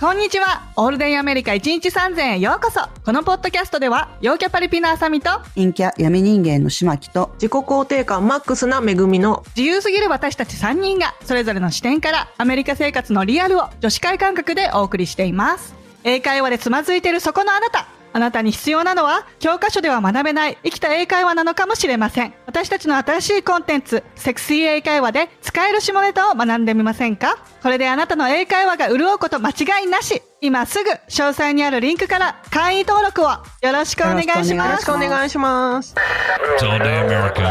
こんにちは。オールデンアメリカ1日3000へようこそ。このポッドキャストでは、陽キャパリピのあさみと、陰キャ闇人間の島木と自己肯定感マックスな恵みの自由すぎる私たち3人が、それぞれの視点から、アメリカ生活のリアルを女子会感覚でお送りしています。英会話でつまずいてるそこのあなた。あなたに必要なのは、教科書では学べない生きた英会話なのかもしれません。私たちの新しいコンテンツ、セクシー英会話で使える下ネタを学んでみませんかこれであなたの英会話が潤うこと間違いなし。今すぐ、詳細にあるリンクから会員登録をよろしくお願いしよまろすしく。お願いします。 It's all day America.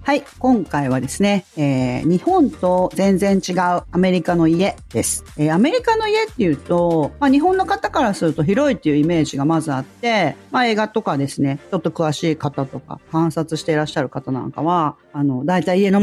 はい今回はですね、えー日本と全然違うアメリカの家です、えーアメリカの家っていうと、まあ、日本の方からすると広いっていうイメージがまずあって、まあ、映画とかですねちょっと詳しい方とか観察していらっしゃる方なんかはあの大体家の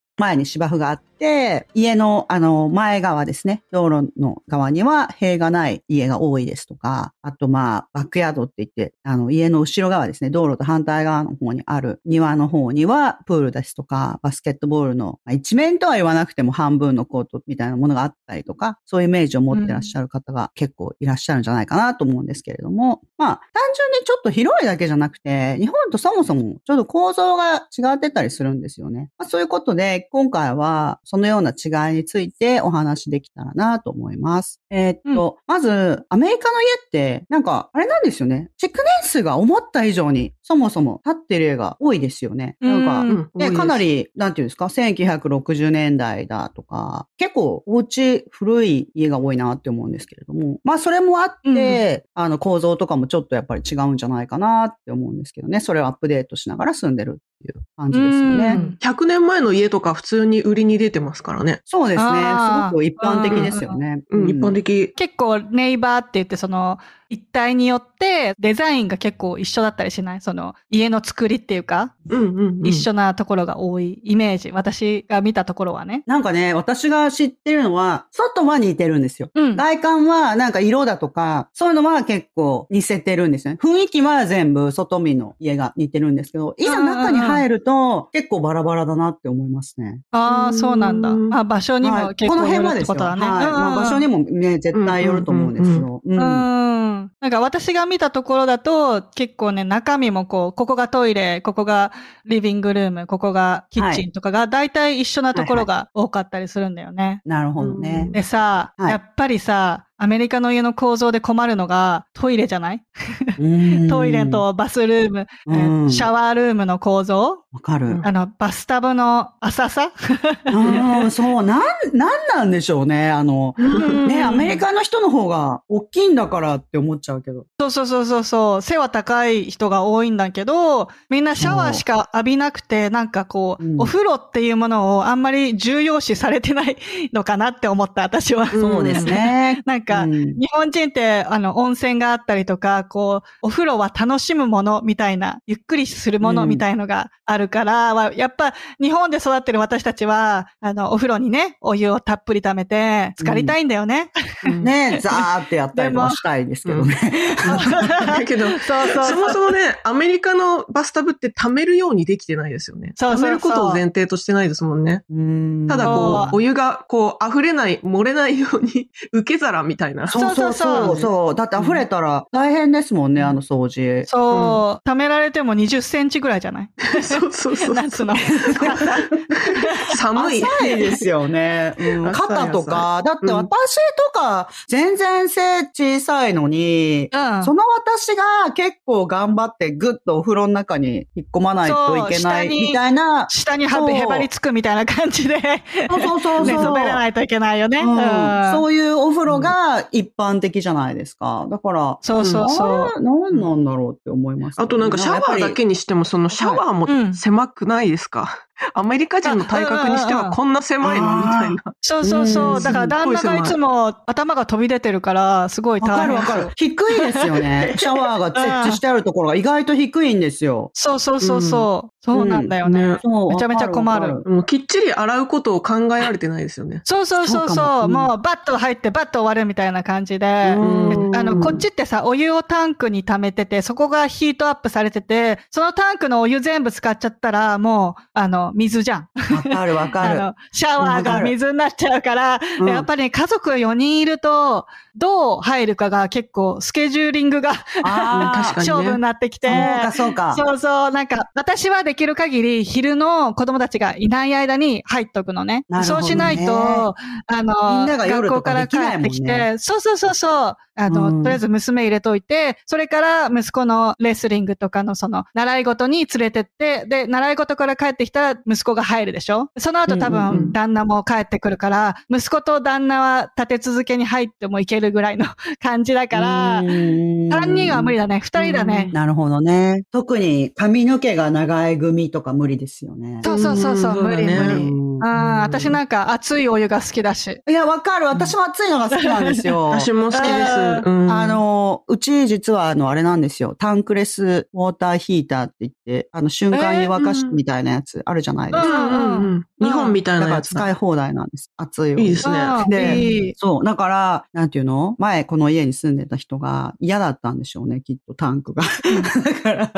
前に芝生があって、家の、あの、前側ですね。道路の側には塀がない家が多いですとか、あとまあ、バックヤードって言って、あの、家の後ろ側ですね。道路と反対側の方にある庭の方には、プールですとか、バスケットボールの、まあ一面とは言わなくても半分のコートみたいなものがあったりとか、そういうイメージを持ってらっしゃる方が結構いらっしゃるんじゃないかなと思うんですけれども、まあ、単純にちょっと広いだけじゃなくて、日本とそもそもちょっと構造が違ってたりするんですよね。まあ、そういうことで、今回はそのような違いについてお話しできたらなと思います。えーっと、まず、アメリカの家って、なんか、あれなんですよね。築年数が思った以上に、そもそも立ってる家が多いですよね。なんか、うんね、かなり。り、なんていうんですか、1960年代だとか、結構お家古い家が多いなって思うんですけれども、まあそれもあって、あの構造とかもちょっとやっぱり違うんじゃないかなって思うんですけどね、それをアップデートしながら住んでるっていう感じですよね。うん100年前の家とか普通に売りに出てますからね。そうですね。あーすごく一般的ですよね。うん、一般的。結構ネイバーって言ってその一体によってデザインが結構一緒だったりしないその家の作りっていうか、うんうん、うん。一緒なところが多いイメージ。私が見たところはね。なんかね、私が知ってるのは、外は似てるんですよ。うん。外観はなんか色だとか、そういうのは結構似せてるんですね。雰囲気は全部外見の家が似てるんですけど、いざ中に入ると結構バラバラだなって思いますね。ああ、そうなんだ。うんまあ場所にはもい結この構辺よるはっでてすこよ。とだね。はい。うんまあ場所にもね、絶対よると思うんですよ。う。うんん。なんか私が見たところだと結構ね、中身もこう、ここがトイレ、ここがリビングルーム、ここがキッチンとかが大体一緒なところが多かったりするんだよね。なるほどね。でさ、はいやっぱりさ、アメリカの家の構造で困るのがトイレじゃないうんトイレ、とバスルーム、うえーんシャワールームの構造、わ かる。あの、バスタブの浅さ。うん、そう、なん、なんなんでしょうね。あの、 ね、アメリカの人の方が大きいんだからって思っちゃうけど。そうそうそうそうそう、背は高い人が多いんだけど、みんなシャワーしか浴びなくて、なんかこう、うんお風呂っていうものをあんまり重要視されてないのかなって思った、私は。うんそうですね。 なんか、うん日本人って、あの、温泉があったりとか、こう、お風呂は楽しむものみたいな、ゆっくりするものみたいのがあるから、はやっぱ、日本で育ってる私たちは、あの、お風呂にね、お湯をたっぷり溜めて、浸かりたいんだよね。う ん。ね、ザーってやったりもしたいですけどね。だけど、そうそうそもそもね、アメリカのバスタブって貯めるようにできてないですよね。そうそうそう貯めることを前提としてないですもんね。うんただそこうう、お湯がこう、溢れない、漏れないように、 受け皿みたいな。そうそそううそそううそう。だって溢れたら大変ですもんね、あの掃除。そう、溜められても20センチぐらいじゃないそうそうそう。夏の。 寒い。浅いですよね。うん、浅い肩とか。だってうん私とか、全然背小さいのに、うん。その私が結構頑張ってぐっとお風呂の中に引っ込まないといけなそいう下にみたいな。下にはそうへばりつくみたいな感じで、ね、そうそうそう滑そう。らないといけないよね。ううんんそういうお風呂が一般的じゃないですか。だから、そうそうそう。あれ何なんだろうって思います、あとなんかシャワーだけにしても、そのシャワーうんも狭くないですか。 アメリカ人の体格にしてあうんうんうんうはんこんな狭いのみたいな。そうそううそんう。だから旦那がいつも頭が飛び出てるから、すごいわか大る変わ。かる。低いですよ ね。シャワーが設置してあるところが意外と低いんですよ。そうそうそうそう。そうなんだよね。ねそうめちゃめちゃ困るわかわかもうきっちり洗うことを考えられてないですよね。そうそうそうそうかそう。もうんもうバッと入ってバッと終わるみたいな感じで。うんあの、こっちってさ、お湯をタンクに溜めてて、そこがヒートアップされてて、そのタンクのお湯全部使っちゃったら、もう、あの、水じゃん。わかるわかある。の、シャワーが水になっちゃうから、うんやっぱり家族4人いると、どう入るかが結構、スケジューリングがああ、うん確かにね 勝負になってきて、そうか、そうか。そうそう。なんか、私はできる限り、昼の子供たちがいない間に入っとくのね。なるほどそねうしないと、あの、みんなが夜学と校かからでき帰ないっもんねてきて、そうそうそうそう。あの、うんとりあえず娘入れといて、それから息子のレスリングとかのその、習い事に連れてって、で、習い事から帰ってきたら息子が入るでしょその後多うんうんう分、ん旦那も帰ってくるから、息子と旦那は立て続けに入ってもいけるぐらいの 感じだから、 3 3人は無理だね。2人だね。なるほどね。特に髪の毛が長い組とか無理ですよね。そうそうそうそう、うん無理そうだ無ね理。うんああ、私なんか熱いお湯が好きだし。いや、わかる。私も暑いのが好きなんです よ。私も好きですあ。うんあ、の、うち実はあの、あれなんですよ。タンクレスウォーターヒーターって言って、あの、瞬間湯沸かしみたいなやつあるじゃないですうか。んうんうん。日本みただいなかやらつだ。使い放題なんです。熱いお湯いいですね。ああでいい。そう。だから、なんていうの前、この家に住んでた人が嫌だったんでしょうね、きっとタンクが。 だから、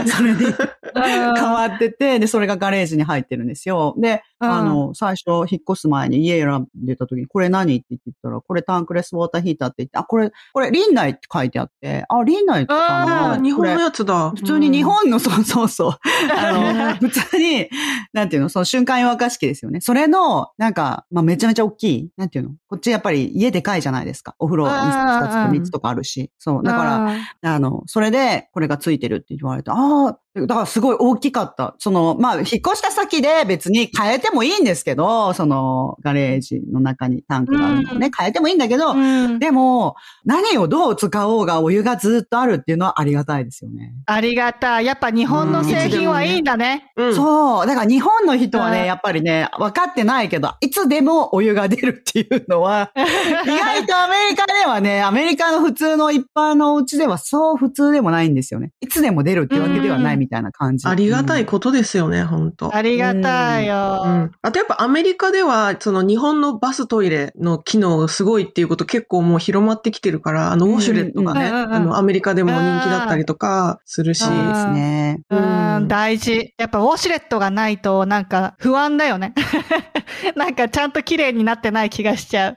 あそれであ、変変わってて、で、それがガレージに入ってるんですよ。で、うんあの、最初、引っ越す前に家選んでた時に、これ何って言ったら、これタンクレスウォーターヒーターって言って、あ、これ、これ、リンナイって書いてあって、あ、リンナイかあなあこれ日本のやつだ。普通に日本の、そうそうそう。あ の、普通に、なんていうの、その瞬間湯沸かし器ですよね。それの、なんか、まあ、めちゃめちゃ大きい、なんていうの、こっちやっぱり家でかいじゃないですか。お風呂2つとか3つとかあるし。そう。だから、ら、あの、それで、これがついてるって言われて、ああ、だからすごい大きかった。その、まあ、引っ越した先で別に変えてもいいんですけど、その、ガレージの中にタンクがあるのね、変えてもいいんだけうど、んでも、何をどう使おうがお湯がずっとあるっていうのはありがたいですよね。ありがたい。やっぱ日本の製品はいいんだね。うんそう。だから日本の人はうんね、やっぱりね、分かってないけど、いつでもお湯が出るっていう のは、意外とアメリカではね、アメリカの普通の一般のお家ではそう普通でもないんですよね。いつでも出るってわけではないみたいな感じ。ありがたいことですよね、本当。ありがたいよ。うん、あとやっぱアメリカでは、その日本のバストイレの機能すごいっていうこと結構もう広まってきてるから、あのうんウォシュレットがね、うんうんうんあのアメリカでも人気だったりとかするし、そうですね。うんうん大事。やっぱウォシュレットがないと、なんか不安だよね。 なんかちゃんと綺麗になってない気がしちゃう。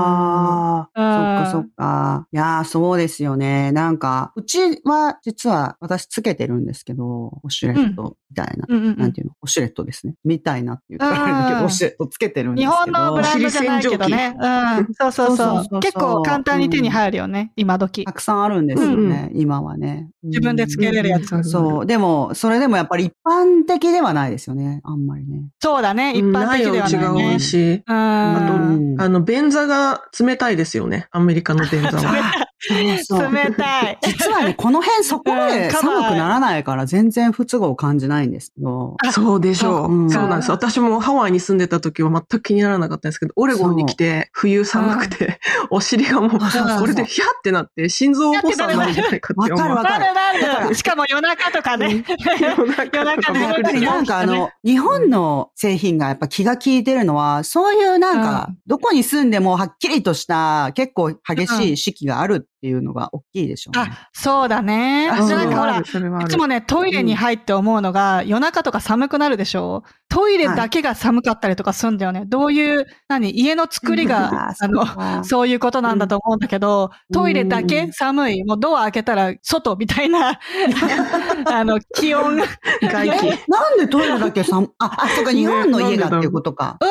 あうんあ、そっかそっか。いやー、そうですよね。なんか、うちは実は私つけてるんですけど、ウォシュレットみたいな。うんうんうんなんていうのウォシュレットですね。みたいなって言ったらあれだけど、うんウォシュレットつけてるんで日すけど。本のブランドじゃないけどね。うん。そうそうそそううそそうそうう。結構簡単に手に入るよね。今時た。くさんあるんですよね、今はね。うん自分でつけれるやつ。そう。でも、それでもやっぱり一般的ではないですよね。あんまりね。そうだね。一うん般ない的おでは家がな多いねい。し、うん。あと、うんあの、便座が冷たいですよね、アメリカの便座は。そうそう冷たい。実はね、この辺そこまうでんカバー寒くならないから全然不都合を感じないんですけど。あそうでしょう、うんそうなんです。私もハワイに住んでた時は全く気にならなかったんですけど、オレゴンに来て、冬寒くて、 お尻がもう、そうそうそうこれでヒャってなって、心臓発作になるんじゃないかって思うわなかるるなる。しかも夜中とかね。夜中うんびやっっくぱりりしなんかあの、日本の製品がやっぱ気が利いてるのは、そういうなんか、どこに住んでもはっきりとした、結構激しい四季があるっていうのが大きいでしょうね。あ、そうだね。た。なんあそれかほはあらる、それはいあるつもね、トイレに入って思うのが、夜中とか寒くなるでしょトイレだけが寒かったりとかすんだよね。どういう、何家の作りが、あの、のそういうことなんだと思うんだけど、うんトイレだうけん寒い、もうドア開けたら外みたい な、あの、気温が、外気。えなんでトイレだけ寒、あ、あ、そうか、日本の家だっていうことか。うん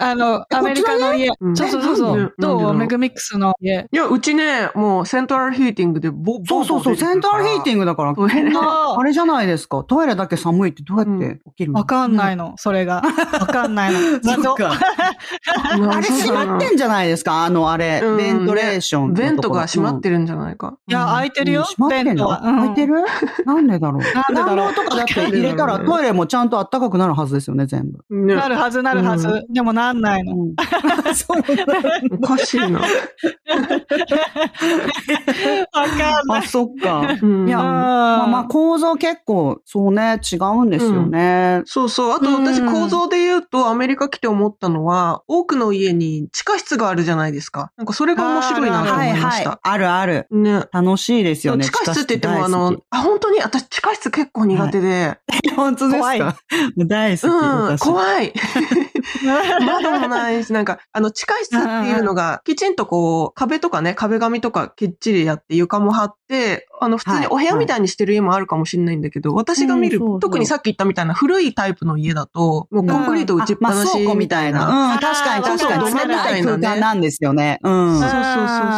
あの、えアメリカの家こっ。ちの家そうそうそうそうう。んなんでどなうんでメグミックスの家。いや、うちね、もうセセントラルヒーティングでボ、そうそうそう、セントラルヒーティンングだから、グ。みんねなあれじゃないですか。トイレだけ寒いってどうやって起きるの、 わかんないの、それが。 わかんないの。 そっ謎。かあれ閉まっんてんじゃないですかあの、あれ、うんベントレーションのところ。ベントが閉まっる。てるんじゃないか。いや、開いてるよ、閉まってベんントのは。開いてるるなんで だろう。なんでだろう暖房とかだって入れたらトイレもちゃんと暖かくなるはずですよね、全部。ね、なるはず、なるはず。うでもなんない の。うん、そうおかしいわかな。んない。あ、そっか。うんいやまあまあ構造結構そうね、違うんですよね。そうそう。あとうん私構造で言うとアメリカ来て思ったのは、多くの家に地下室があるじゃないですか。なんかそれが面白いなと思はいいまはしいた。。あるある。ね。楽しいですよね。地下室って言っても、地下あ室の、あ、本当に私地下室結構苦手大で、好き本当です怖いか大好き。うん、私怖い。窓もないし、なんか、あの、地下室っていうのが、きちんとこう、壁とかね、壁紙とかきっちりやって、床も張って、あの、普通はにいお部屋みたいにしてる家もあるかもしれないんだけど、私が見る、うんそうそう特にさっき言ったみたいな古いタイプの家だと、もうコンクリート打ちっぱなしみたいな。うん、確かに確かに。そうそう冷たい空間なんですよね。うん。そうそうそう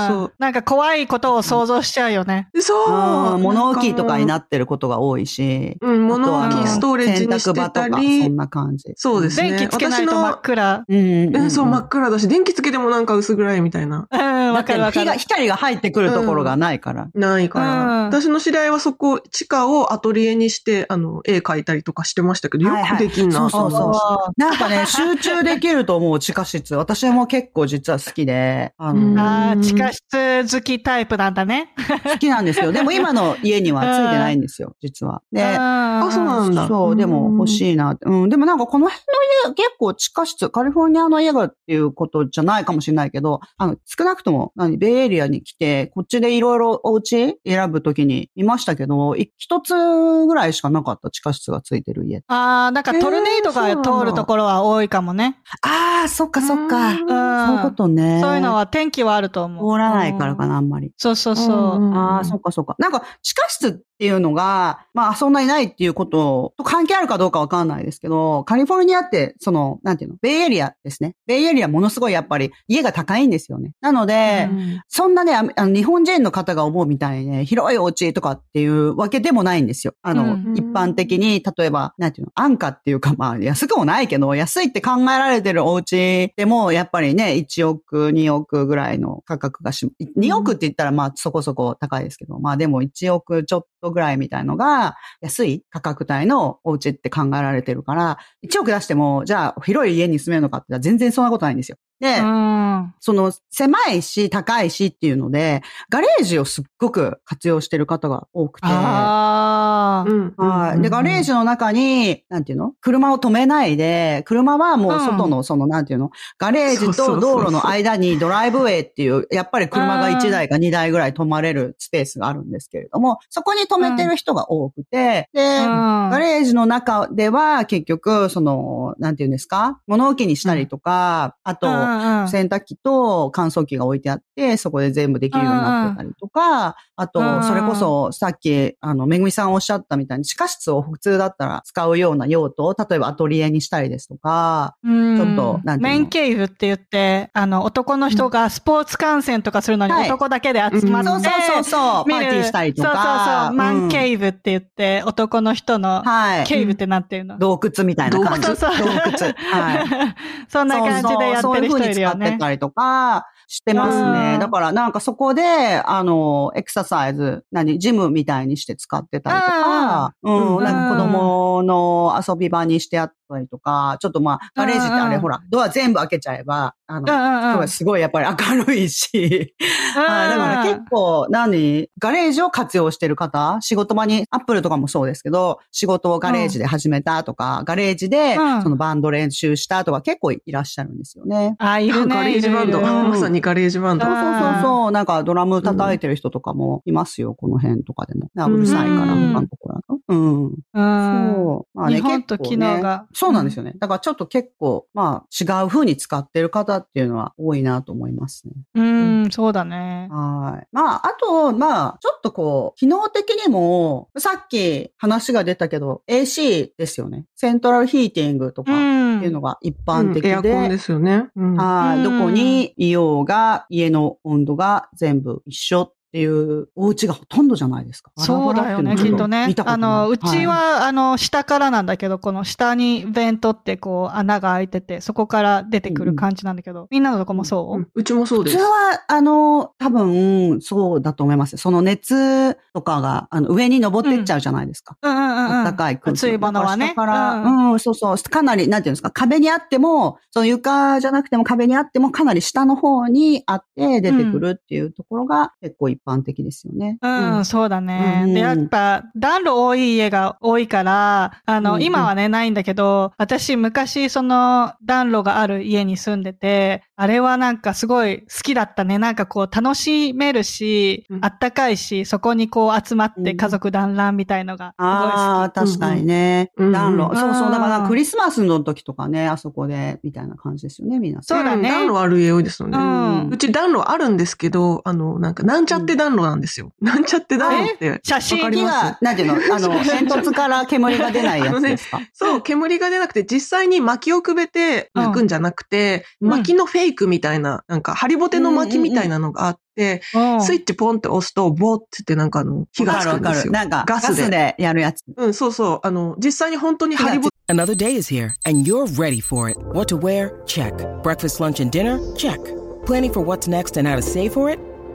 そうなんか怖いことを想像しちゃうよね。そうう。ん物置とかになって。ってることが多いし。うん、物あとは置あのストレージにし洗濯て場とたか、りそん、な感じ。そうですね。電気つけないと真っ暗。うんうんうん。私の、うん、そう、真っ暗だし、電気つけてもなんか薄暗いみたいな。うん、わかるだわってか火るが。光が入ってくるところがないから。ないから、うん私の知り合いはそこ、地下をアトリエにして、あの、絵描いたりとかしてましたけど、よはいはいくできんなとそ思うって。そうなんかね、集中できると思う、地下室。私も結構実は好きで、あうんの、ああ、地下室好きタイプなんだね。好きなんですよ。でも今の家にはついてないんですよ、実は。で、ああそうなんだそう、でも欲しいなって。うん、でもなんかこの辺の家、結構地下室、カリフォルニアの家がっていうことじゃないかもしれないけど、あの、少なくとも、何、ベイエリアに来て、こっちでいろいろお家選ぶときに見ましたけど、い一つぐらいしかなかった地下室がついてる家。ああ、なんかトルネードが通るところは多いかもね。ああ、そっかそっか。うんそういうことね。そういうのは天気はあると思う。通らないからかな、あんまり。そうそうそう。ああ、そそっかそっか。なんか、地下室っていうのが、まあ、そんなにないっていうことと関係あるかどうかわかんないですけど、カリフォルニアって、その、なんていうの、ベイエリアですね。ベイエリアものすごいやっぱり家が高いんですよね。なので、うんそんなね、ああの日本人の方が思うみたいにね、広いお家とかっていうわけでもないんですよ。あの、うん一般的に、例えば、なんていうの、安価っていうか、まあ、安くもないけど、安いって考えられてるお家でも、やっぱりね、1億、2億ぐらいの価格がし、2億って言ったら、まあ、そこそこ高いですけど、まあでも1億ちょっとぐらいみたいのが、安い価格帯のお家って考えられてるから、1億出しても、じゃあ、広い家に住めるのかって言ったら全然そんなことないんですよ。で、うん。その狭いし高いしっていうので、ガレージをすっごく活用してる方が多くて。ああ。うん。はい。で、ガレージの中に、なんていうの車を止めないで、車はもう外の、その、なんていうのガレージそうそうそとうそう道路の間にドライブウェイっていう、やっぱり車が1台か2台ぐらい止まれるスペースがあるんですけれども、そこに止めてる人が多くて、で、ガれレージの中では結局、その、なんていうんですか物置にしたりとか、あと、洗濯機と乾燥機が置いてあって、そこで全部できるようになってたりとか、あうんと、それこそさっき、あの、めぐみさんおっしゃったみたいに、地下室を普通だったら使うような用途を、例えばアトリエにしたりですとか、ちょっとなんていうメのンケイブって言って、あの、男の人がスポーツ観戦とかするのにはい男だけで集まそっうて、そうそうそう、パ見ーるティーしたりとか。そうそうそう、マンケイ。イブって言って、男の人の、はい。ケイブってなんていうの、洞窟みたいな感じ。洞窟そう洞窟。はい。 そんな感じでやってる人いるよそうそうそういう風に使ってね。たりとかしてますうね。んだからなんかそこで、あの、エクササイズ、何、ジムみたいにして使ってたりとか、んうん、なんか子供の遊び場にしてあったりとか、ちょっとまあ、ガレージってあうんうれんほら、ドア全部開けちゃえば、あうんの、うんうん。すごいやっぱり明るいし、はい、だから結構、何、ガレージを活用してる方、仕事場に、アップルとかもそうですけど、仕事をガレージで始めたとか、ガレージでうん、そのバンド練習したとか結構いらっしゃるんですよね。あ、いるね。ガレージバンド。いるいるうん まさにガレージバンドうそん。うそうそうそう、なんかドラム叩いてる人とかもいますよ、この辺とかでも。なんかうるさいから、うん韓国だと。うん。うんそう。まあね、日本と結機構ね能が。そうなんですよ。よね。だからちょっと結構、まあ違う風に使ってる方っていうのは多いなと思いますね。うん、そうだね。はい。まあ、あと、まあ、ちょっとこう、機能的にも、さっき話が出たけど、AC ですよね。セントラルヒーティングとうかん。っていうのが一う般ん的エで。アコンですよね。うんはい、うんどこにいようが、家の温度が全部一緒っっていうお家がほとんどじゃないですか。そうだよね、きっとね見た。ことあないの、うちは、いあの、下からなんだけど、この下にベントってこう穴が開いてて、そこから出てくる感じなんだけど、みんなのとこもそう、うんうちもそう普で通す。は、あの、多分、そうだと思います。その熱とかが、あの、上に登ってっちゃうじゃないですか。うんうんうん。あったかい空気。熱いものはね。だから下うから、んうん、そうそう。かなり、なんていうんですか、壁にあっても、その床じゃなくても壁にあっても、かなり下の方にあって出てくるっていうところが結構一般的ですよね。うん、うんそうだね。うんで、やっぱ、暖炉多い家が多いから、あの、うんうん今はね、ないんだけど、私、昔、その、暖炉がある家に住んでて、あれはなんかすごい好きだったね。なんかこう、楽しめるし、うんあったかいし、そこにこう集まっうてん家族団らんみたいのが、すごい好き。ああ、確かにね。うんうん暖う炉。んそうそう。だからうんクリスマスの時とかね、あそこで、みたいな感じですよね、みんな。そうだねん暖炉ある家多いですよね。うんうち暖炉あるんですけど、あの、なんか、なんちゃって暖炉なんですよ。なんちゃって暖炉って。写わか真り火ますが、なんていうの、あの、煙突から煙が出ないやつですか。そう、煙が出なくて、実際に薪をくべてうん焼くんじゃなくて、うん薪のフェイクみたいな、なんか、ハリボテの薪みたいなのがあって、うんスイッチポンって押すと、ボーってってなんかあの、火がつくんですよ。なんか、ガガススででやるやつ。うん、そうそう。あの、実際に本当にハリボテ Another day is here, and you're ready for it. What to wear? Check. Breakfast, lunch, and dinner? Check. Planning for what's next and how to save for it?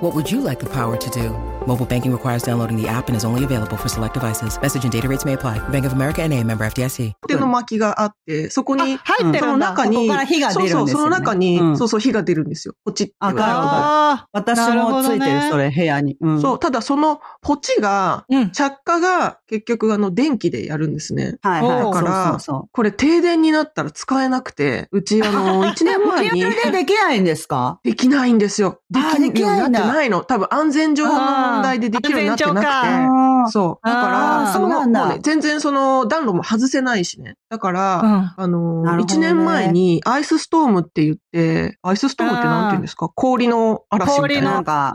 What would you like the power to do? Mobile banking requires downloading the app and is only available for select devices. Message and data rates may apply. Bank of America and a member FDIC. 手の薪があって、そこあ入に、ってそるのんだ。中に、そこから火が出るんですよねそうそう、その中に、うんそうそう、火が出るんですよ。ポチってあなるほどあ私なるほもどねついてる、それ、部屋に。うんそう、ただそのポチが、ーうん。着火が結局あの電気でやるんですね。はいはい。おうそうそうそう。これ停電になったら使えなくて、うち あの、1年前にそれでできないんですかできないんですよ。であーきるようになってできないんだないの。多分安全上の問題でできるようになってなあー安全くて。そう。だから、あーのそうなんだもうね、全然その暖炉も外せないしね。だから、うん。あのなるほどねー、一、年前にアイスストームって言って、アイスストームってなんて言うんですか氷の嵐みたい氷のな。なんか、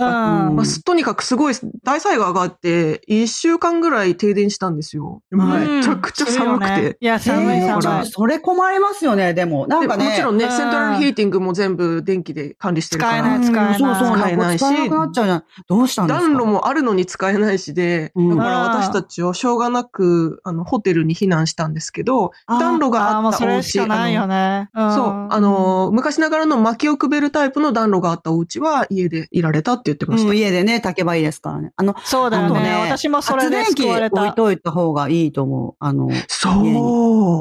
うんまあ、すとにかくすごい大災害があって、一週間ぐらい停電したんですよ。めちゃくちゃ寒うくんするよねて。いや、寒い寒えーだい。ちょっとそれ困りますよね、でも。なんでかもね。ちろんうね、んセントラルヒーティングも全部電気で管理してるか使えないら。使えないそうそう、使えないし使えなくなっちゃうじゃん。どうしたんですか暖炉もあるのに使えないしで、うんだから私たちはしょうがなく、あの、ホテルに避難したんですけど、あー暖炉があーあもうったそおれしか家、ないよね。そそう。あのー、昔ながらの薪をくべるタイプの暖炉があったお家は家でいられたって言ってましうた。ん、家でね、炊けばいいですからね。あの、そうだよねあと私もそれで発電救機われた置いといた方がいいと思う。あの、そう。う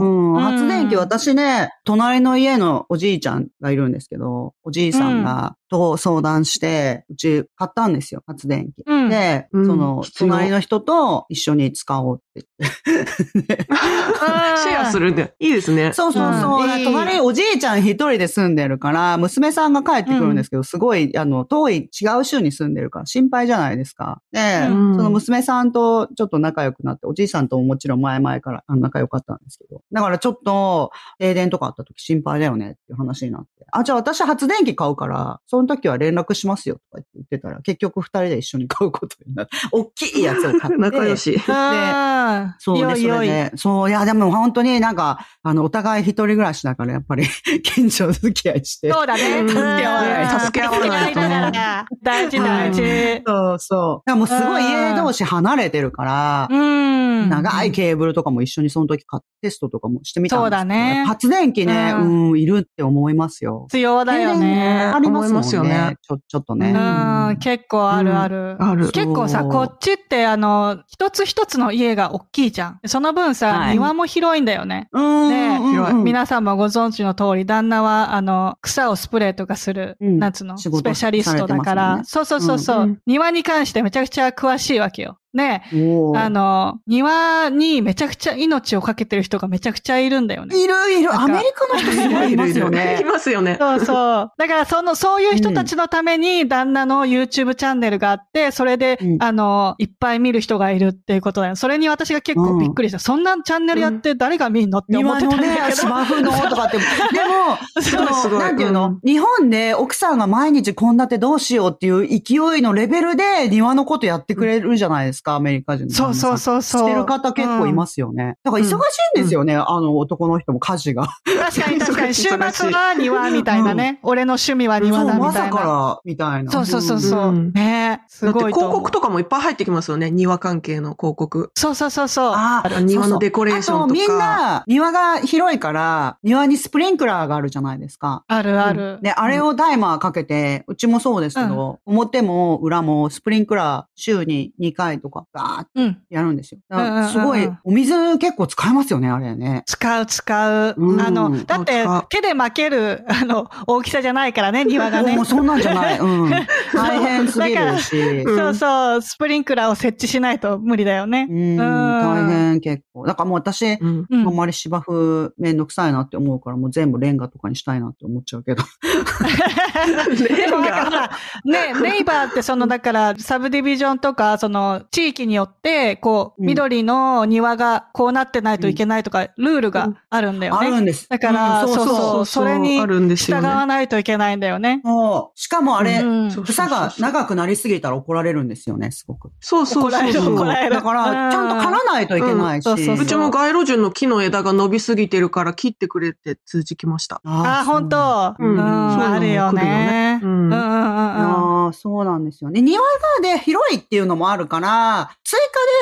ん、うん発電機、私ね、隣の家のおじいちゃんがいるんですけど、おじいさんが、と相談して、うち買ったんですよ、発電機。うんで、うんその、必要隣の人と一緒に使おうって言って。シェアするんで。いいですね。そうそうそう。うんだから隣におじいちゃん一人で住んでるから、娘さんが帰ってくるんですけど、すごい、あの、遠い、違う州に住んでるから心配じゃないですか。で、うんその娘さんとちょっと仲良くなって、おじいさんとももちろん前々からあの仲良かったんですけど。だからちょっと、停電とかあった時心配だよねっていう話になって。あ、じゃあ私発電機買うから、その時は連絡しますよとか言ってたら、結局二人で一緒に買うことになって、大きいやつを 買って。仲良し。あーそうですよいよいね。そう、いや、でも本当になんか、あの、お互い一人暮らしだから、やっぱり、 近所付き合いして。そうだね。助け合わないと助け合わないとだねから大事うん大事。そうそう。だからもうすごういん家同士離れてるから、うん。長いケーブルとかも一緒にその時買ってテストとかもしてみたんそですけどうだね発電機ね、ううん、いるって思いますよ。必要だよ停電ね。ありますもん思いますよねね。ちょ、ちょっとね。うん、結構あるある。ある。結構さ、そうこっちってあの、一つ一つの家が大きいじゃん。その分さ、はい庭も広いんだよね。うん。ねうんうん皆さんもご存知の通り、旦那は、あの、草をスプレーとかする、うんなんつうの、仕ス事ペシャリストだかされてら、ますそうそうそうそう、うん庭に関してめちゃくちゃ詳しいわけよ。ね、おーあの、庭にめちゃくちゃ命をかけてる人がめちゃくちゃいるんだよね。いるいる、なんかアメリカの人すごいいますよねい。ますよね。そうそ う。だから、その、そういう人たちのために、旦那の YouTube チャンネルがあって、それで、うんあの、いっぱい見る人がいるっていうことだよ。それに私が結構びっくりした。そんなチャンネルやって誰が見んのって思っ庭てたのんねだ、けど。芝生のとかって。でも、すごいすそのごいなんていうの、うん日本で奥さんが毎日献立どうしようっていう勢いのレベルで庭のことやってくれるじゃないですか、アメリカ人の 旦そ那うさそんうそうそう。 してる方結構いますよね。だから忙しいんですよね、あの男の人も家事が。うん。確かに確 かに、忙しい週末は庭みたいなね。俺の趣味は庭だそうみまたさいな。から、みたいな。そうそうそうそう。うんねすだってごいと広思う告とかもいっぱい入ってきますよね。庭関係の広告。そうそうそうそう。あー庭のデコレーショあンとかとみんな、庭が広いから、庭にスプリンクラーがあるじゃないですか。あるある。で、あれをタイマーかけて、うちもそうですけど、表も裏もスプリンクラー週に2回とか、バーってうん。やるんですよ。だかうんうんうんらうんすごい、お水結構使えますよね、あれね。使う、使う。うんあの、だって使う、手で負ける、あの、大きさじゃないからね、庭がねもう。そんなんじゃな い。うん。大変すぎるし。んそうそう、スプリンクラーを設置しないと無理だよねう。ん、大変結構。だからもう私、うん。うんあんまり芝生めんどくさいなって思うから、もう全部レンガとかにしたいなって思っちゃうけど。 でもなんかほら、ね、ネイバーってその、だから、サブディビジョンとか、その、地域によって、こう、うん緑の庭がこうなってないといけないとか、ルールがあるんだよあね。るんです。だから、うんそうそうそうそれにあるんです従よね。わないといけないんだよね。もう、しかもあれ、うんそう草が長くなりすぎたら怒られるんですよね、すごく。そうそ怒うられるそうそう怒られるだから、ちゃんと刈らないといけないし。うんそうそううちも街路樹の木の枝が伸びすぎてるから切ってくれって通知来ました。あー、本当。うんうん、そういうのもあるよね。来るよねうんうんうんうんうん。ああ、そうなんですよね。庭がで広いっていうのもあるから、追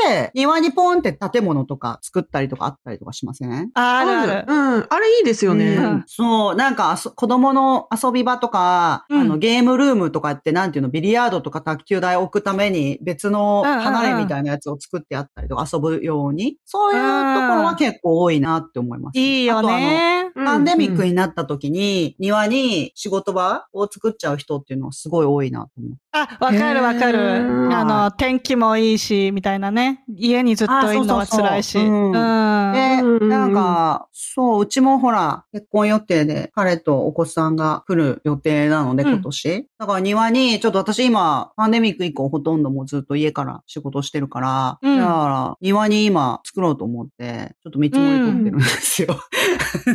加で庭にポンって建物とか作ったりとかあったりとかしませんあるある。うん。あれいいですよね。ううんんそう、なんかあそ子供の遊び場とか、うんあのゲームルームとかってなんていうの、ビリヤードとか卓球台置くために別のうんうんうん離れみたいなやつを作ってあったりとか遊ぶように、そういうところは結構多いなって思います。いいよね。うんパンデミックになった時に、庭に仕事場を作っちゃう人っていうのはすごい多いなと思う。あ、わかるわかへる。ーあの、天気もいいし、みたいなね。家にずっといるのは辛いし。あそうそうそううんうんで、うんなんか、そう、うちもほら、結婚予定で彼とお子さんが来る予定なので、うん今年。だから庭に、ちょっと私今、パンデミック以降ほとんどもうずっと家から仕事してるから、うんだから庭に今作ろうと思って、ちょっと見積もり取ってるんですよ。う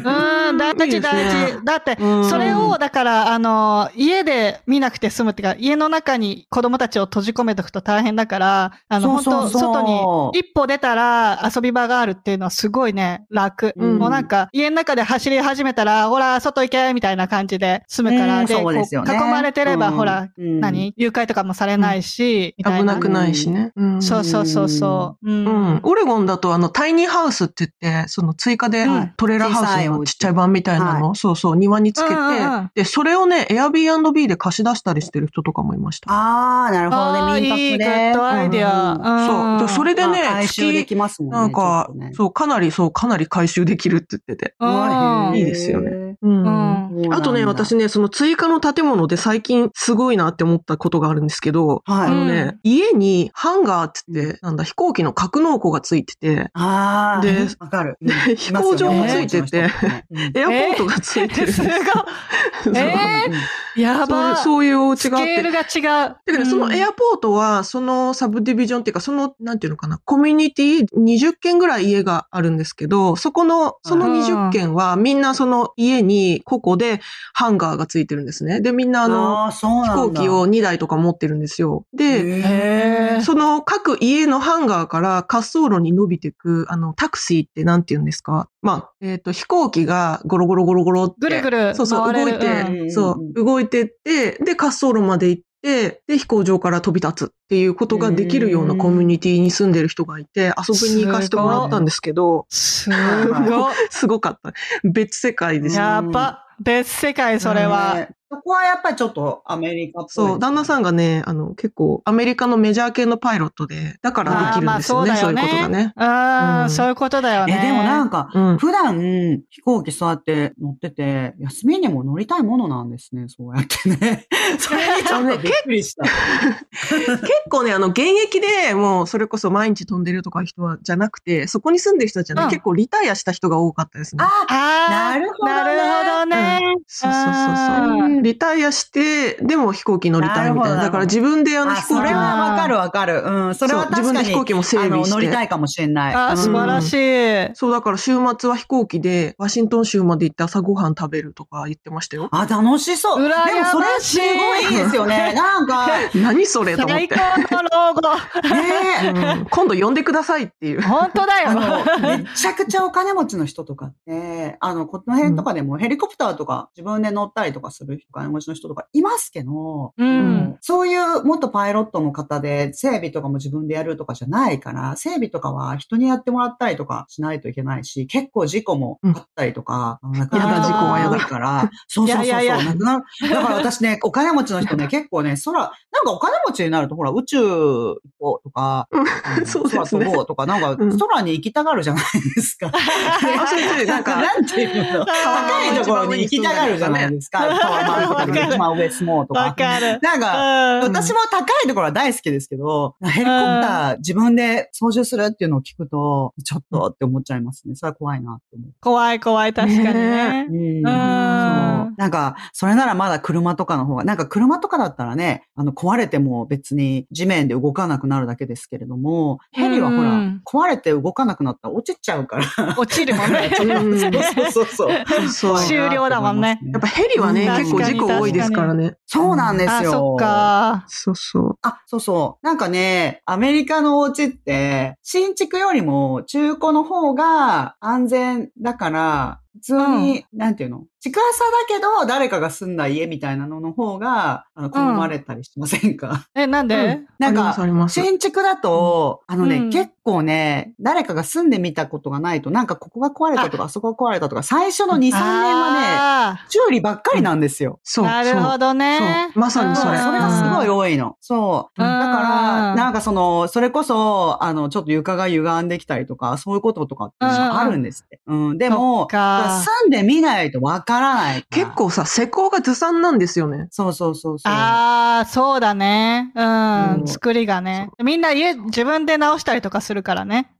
ん、大いい事ですね大事。だって、うんそれを、だから、あの、家で見なくて済むっていうか、家の中に子供たちを閉じ込めとくと大変だから、あの、そうそうそ本う当外に一歩出たら遊び場があるっていうのはすごいね、楽。うんもうなんか、家の中で走り始めたら、ほら、外行けみたいな感じで済むから、うんでそうですよねこう囲まれてれば、うんほら、うん何誘拐とかもされないし、みたいな。危なくないしね。うん。そうそうそうそう。うん。うん。オレゴンだと、あの、タイニーハウスって言って、その追加でうんトレーラーハウスのちっちゃい版みたいな小さいおの、そうそう、庭につけてうんうんうん、で、それをね、Airbnb で貸し出したりしてる人とかもいました。あー、なるほあどーね。民いいグ泊で。ッドアイデア。ううんんそう。でそれでねまあ、回収で月き、ますもんね。なんかちょっとね、そう、かなり、そう、かなり回収できるって言ってて。ううんんいいですよねね。うん。あとね、私ね、ね、その追加の建物で最近すごいなって思ったことがあるんですけど、はい。あのね、家にハンガーって言って、なんだ、飛行機の格納庫がついてて、ああ、でわかる。でうん飛行場もついてて、エアポートがついてる。すごい。そうえーやば そうそういうお家スがあっケールて。が違う。だからそのエアポートは、そのサブディビジョンっていうか、その、なんていうのかな、コミュニティ20軒ぐらい家があるんですけど、そこの、その20軒はみんなその家に個々でハンガーがついてるんですね。で、みんなああの、の、そう飛なん行だ機を2台とか持ってるんですよ。で、へーその各家のハンガーから滑走路に伸びてく、あの、タクシーってなんて言うんですかまあ、えっ、と、飛行機がゴロゴロゴロゴロって。ぐるぐるそうそう、回動れるいて、うんそう、動いてって、で、滑走路まで行って、で、飛行場から飛び立つっていうことができるようなコミュニティに住んでる人がいて、遊びに行かせてもらったんですけど、すごごすごかった。別世界ですね。やば。別世界、それは。ねそこはやっぱりちょっとアメリカっぽいですね、そう、旦那さんがね、あの、結構アメリカのメジャー系のパイロットで、だからできるんですよね、あーそういうまあことがね。ああ、うんそういうことだよえ、ね。でもなんか、うん。 普段飛行機座って乗ってて、休みにも乗りたいものなんですね、そうやって ね。それにちょっとびっくりした。結構ね、あの、現役でもう、それこそ毎日飛んでるとか人は、じゃなくて、そこに住んでる人たちはね、うん結構リタイアした人が多かったですね。ああーなるほどねなるほどね。そうそうそうあそうーリタイアして、でも飛行機乗りたいなみたいるほどな。なるほどだから自分であのあ、飛そ行れ機も、はわかるわかる。うん、それはそう確自分かでに飛行機も整あ備のして。乗りたいかもしれない。あー、素晴らしい。そう、だから週末は飛行機で、ワシントン州まで行って朝ごはん食べるとか言ってましたよ。あ、楽しそ羨う。でもましいそれすごいいいですよね。なんか、ね何それと思っ最て高。の老後。 うん今度呼んでくださいっていう。本当だよ。あの、めちゃくちゃお金持ちの人とかって、あの、この辺とかでもヘリコプターとか自分で乗ったりとかするお金持ちの人とかいますけど、ううんん。そういう元パイロットの方で整備とかも自分でやるとかじゃないから、整備とかは人にやってもらったりとかしないといけないし、結構事故もあったりとか、なくなるやだ人事故はやだ多いから、そうそうそうそういやいやいやなくなるだから私ね、お金持ちの人ね、結構ね、空、なんかお金持ちになるとほら宇宙行こうとか、あのそうです空飛ねぼうとか、なんかうん空に行きたがるじゃないですか。あそうそうなんかなんていうの高いところに行きたがるじゃないですか。タワマンとかで、まあ上相撲 とわか。かる。なんか、うん私も高いところは大好きですけど、ヘリコプター自分で操縦するっていうのを聞くと、ちょっとって思っちゃいますね。それは怖いなって思う。怖い怖い、確かにねう。ん。うそうんなんか、それならまだ車とかの方が、なんか車とかだったらね、あの、壊れても別に地面で動かなくなるだけですけれども、ヘリはほうらん、壊れて動かなくなったら落ちちゃ うから。落ちるもんね。うんそうそう そう。そう終了だもんねやっぱヘリはね、うん結構事故多いですからね。そうなんですよ。あ、そっか。そうそう。あ、そうそう。なんかね、アメリカのお家って、新築よりも中古の方が安全だから、普通に、なんていうの近さだけど、誰かが住んだ家みたいなのの方が、あの、好まれたりしませんか、え、なんうでんなんあります、あか、ります。新築だと、あのね、うん結構ね、誰かが住んでみたことがないと、なんかここが壊れたとか、あそこが壊れたとか、最初の2、3年はね、あ修理ばっかりなんですよ。ーそう。なるほどね。そうまさにそそれれうんそれがすごい多いの。そうう。んだから、うんなんかその、それこそ、あの、ちょっと床が歪んできたりとか、そういうこととかってあるんですって。うん。でそっも、か住んでみないとわからないから。結。構さ、施工がずさんなんですよね。そうそうそうそう。ああ、そうだね。うん、うん作りがね。みんな家、自分で直したりとかするからね。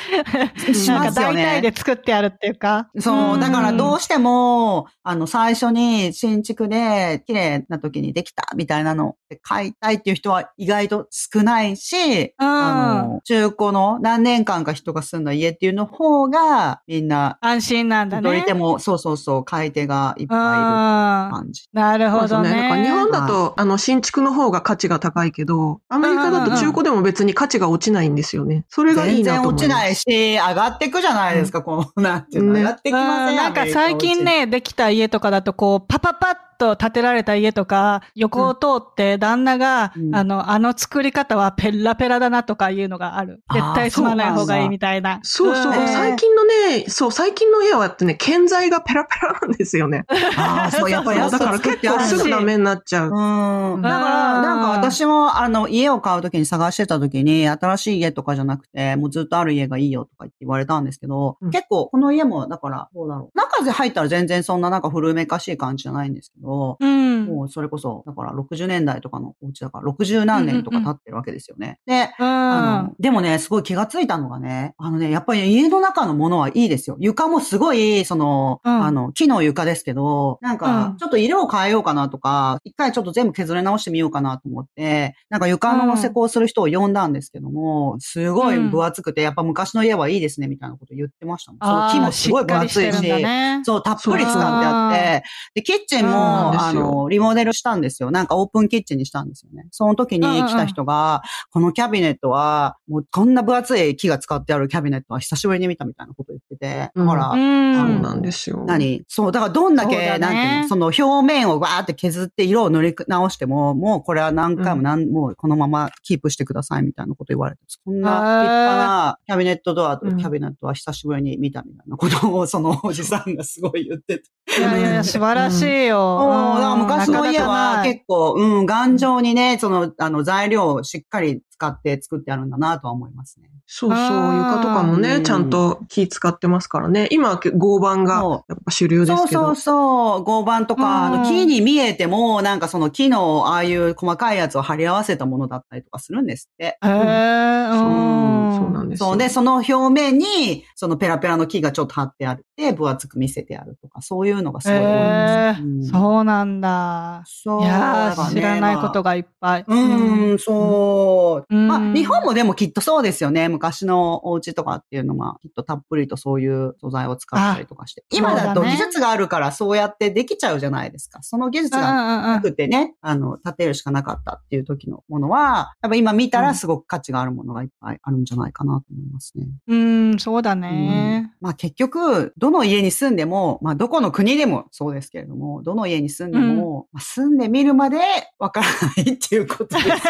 なんしまかすよ大体ねで。作ってあるっていうか。そう、だからどううしても、あの、最初に新築で綺麗な時にできたみたいなのって買いたいっていう人は意外と少ないし、うんあの、中古の何年間か人が住んだ家っていうの方が、みんな安心なんだね。どり手も、そうそうそう、買い手がいっぱいいるあ感じ。あ、なるほどね。なんか日本だと、あの、新築の方が価値が高いけど、アメリカだと中古でも別に価値が落ちないんですよね。それがい全いな然と思落います。ちないし、上がってくじゃないですか、この、なんていうの、ね上がってきませうんんなんか最近、ね、できた家とかだと、こう、パパパッと建てられた家とか、横を通って旦那が、うんあの、あの作り方はペラペラだなとかいうのがある。あー絶対住まない方がいいみたいな。そうそう、ん最近のね、そう、最近の家はってね、建材がペラペラなんですよね。アメリカ 落ちああ、そう、やっぱりそう安 だくから作っ結てあ構るんだすぐダメになっちゃう。うん。だから、なんか私も、あの、家を買うときに探してたときに、新しい家とかじゃなくて、もうずっとある家がいいよとか言って言われたんですけど、うん結構、この家も、だから、どうだろう。中で入ったら全然そんななんか古めかしい感じじゃないんですけど、うん。もうそれこそ、だから60年代とかのお家だから、60何年とか経ってるわけですよね。で、うあんの、。でもね、すごい気がついたのがね、あのね、やっぱり家の中のものはいいですよ。床もすごい、その、うんあの、木の床ですけど、なんうかん、ちょっと色を変えようかなとか、一回ちょっと全部削り直してみようかなと思って、なんか床の施工する人を呼んだんですけども、すごい分厚くて、やっぱ昔の家はいいですね、みたいなこと言ってましたもん。そあのー木もすごい分厚しっいかりてるんしだ、ねそう、たっぷり使ってあって、で、キッチンそうも、なあんですよの、リモデルしたんですよ。なんかオープンキッチンにしたんですよね。その時に来た人が、このキャビネットは、もうこんな分厚い木が使ってあるキャビネットは久しぶりに見たみたいなこと言ってってて、うんほら、うんそうなんですよ。何そう、だからどんだけ、そうだねなんていうの、その表面をわーって削って色を塗り直しても、もうこれは何回も何、もうこのままキープしてくださいみたいなこと言われて、そんな立派なキャビネットドアとうんキャビネットは久しぶりに見たみたいなことを、そのおじさんがすごい言ってて。いやいやいや、素晴らしいよ。もうだから昔の家なかなかはない結構、うん、頑丈にね、その、あの、材料をしっかり使って作ってあるんだなとは思いますね。そうそう、あー床とかもうね、んちゃんと気使ってますからね。今は合板がそうやっぱ主流でそすうけど。そうそう。合板とか、うんあの木に見えても、なんかその木のああいう細かいやつを貼り合わせたものだったりとかするんですって。へーうんうんそうなんですよ。そうで、その表面に、そのペラペラの木がちょっと貼ってあって、分厚く見せてあるとか、そういうのがすごい多いへーです。うんそうなんだ。そういやだからー、知ねらないことまあがいっぱい。うん、そう。うんまあ、日本もでもきっとそうですよね。昔のお家とかっていうのは、きっとたっぷりとそういう素材を使ったりとかして。今だそとうだね技術があるから、そうやってできちゃうじゃないですか。その技術うんがうんうなんくてね、あの、建てるしかなかったっていう時のものは、やっぱ今見たらすごく価値があるものがいっぱいあるんじゃないかなと思いますね。うん、そうだうんね。まあ結局、どの家に住んでも、まあどこの国でもそうですけれども、どの家に住んでも、まあ住んでみるまでわからないっていうことですよね。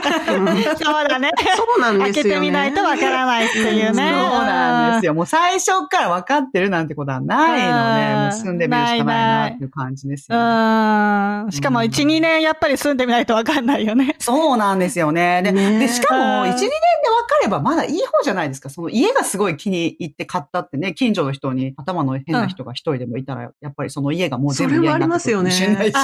そうだね。そ うなん開ですけよ、てね。みないとわからないっていうね。そうなんですよ。よ。もう最初から分かってるなんてことはないうのんで、もう住んでみるしかないなっていう感じですよね。うん。しかもうん1、2年やっぱり住んでみないとわかんないよね。そうなんですよね。で、ねでしかも、うん 1、2年で分かればまだいい方じゃないですか。その家がすごい気に入って買ったってね、近所の人に頭の変な人が一人でもいたら、やっぱりその家がもう全部それ家はになってるかもしれないし。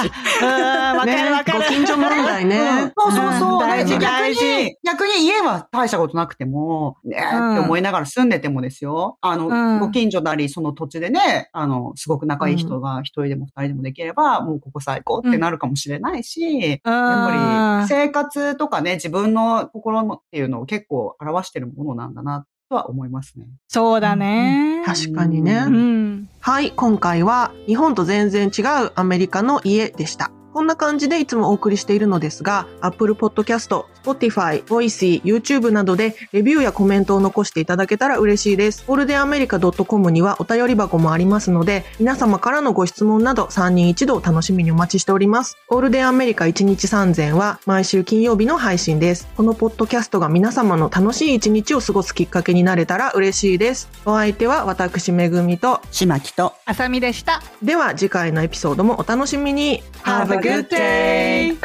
あうん、わかるわかる。ね、ご近所問題ね。そうそうそう。うん大大事事逆大に事、逆に家は大したことなくても、ねうんーって思いながら住んでてもですよ。あの、うんご近所なり、その土地でね、あの、すごく仲いい人が一人でも二人でもできれば、もうここ最高ってなるかもしれないし、うんやっぱり生活とかね、自分の心のっていうのを結構表してるものなんだな、とは思いますね。そうだね。確かにね。ううん。はい、今回は日本と全然違うアメリカの家でした。こんな感じでいつもお送りしているのですが、Apple Podcast、Spotify、Voicy、YouTube などでレビューやコメントを残していただけたら嬉しいです。ゴールデンアメリカ .com にはお便り箱もありますので、皆様からのご質問など3人一度を楽しみにお待ちしております。ゴールデンアメリカ1日3000は毎週金曜日の配信です。このポッドキャストが皆様の楽しい一日を過ごすきっかけになれたら嬉しいです。お相手は私めぐみとしまきと。あさみでした。では次回のエピソードもお楽しみに Have a good day.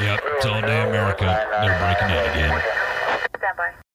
Yep, it's all day America. They're breaking out again.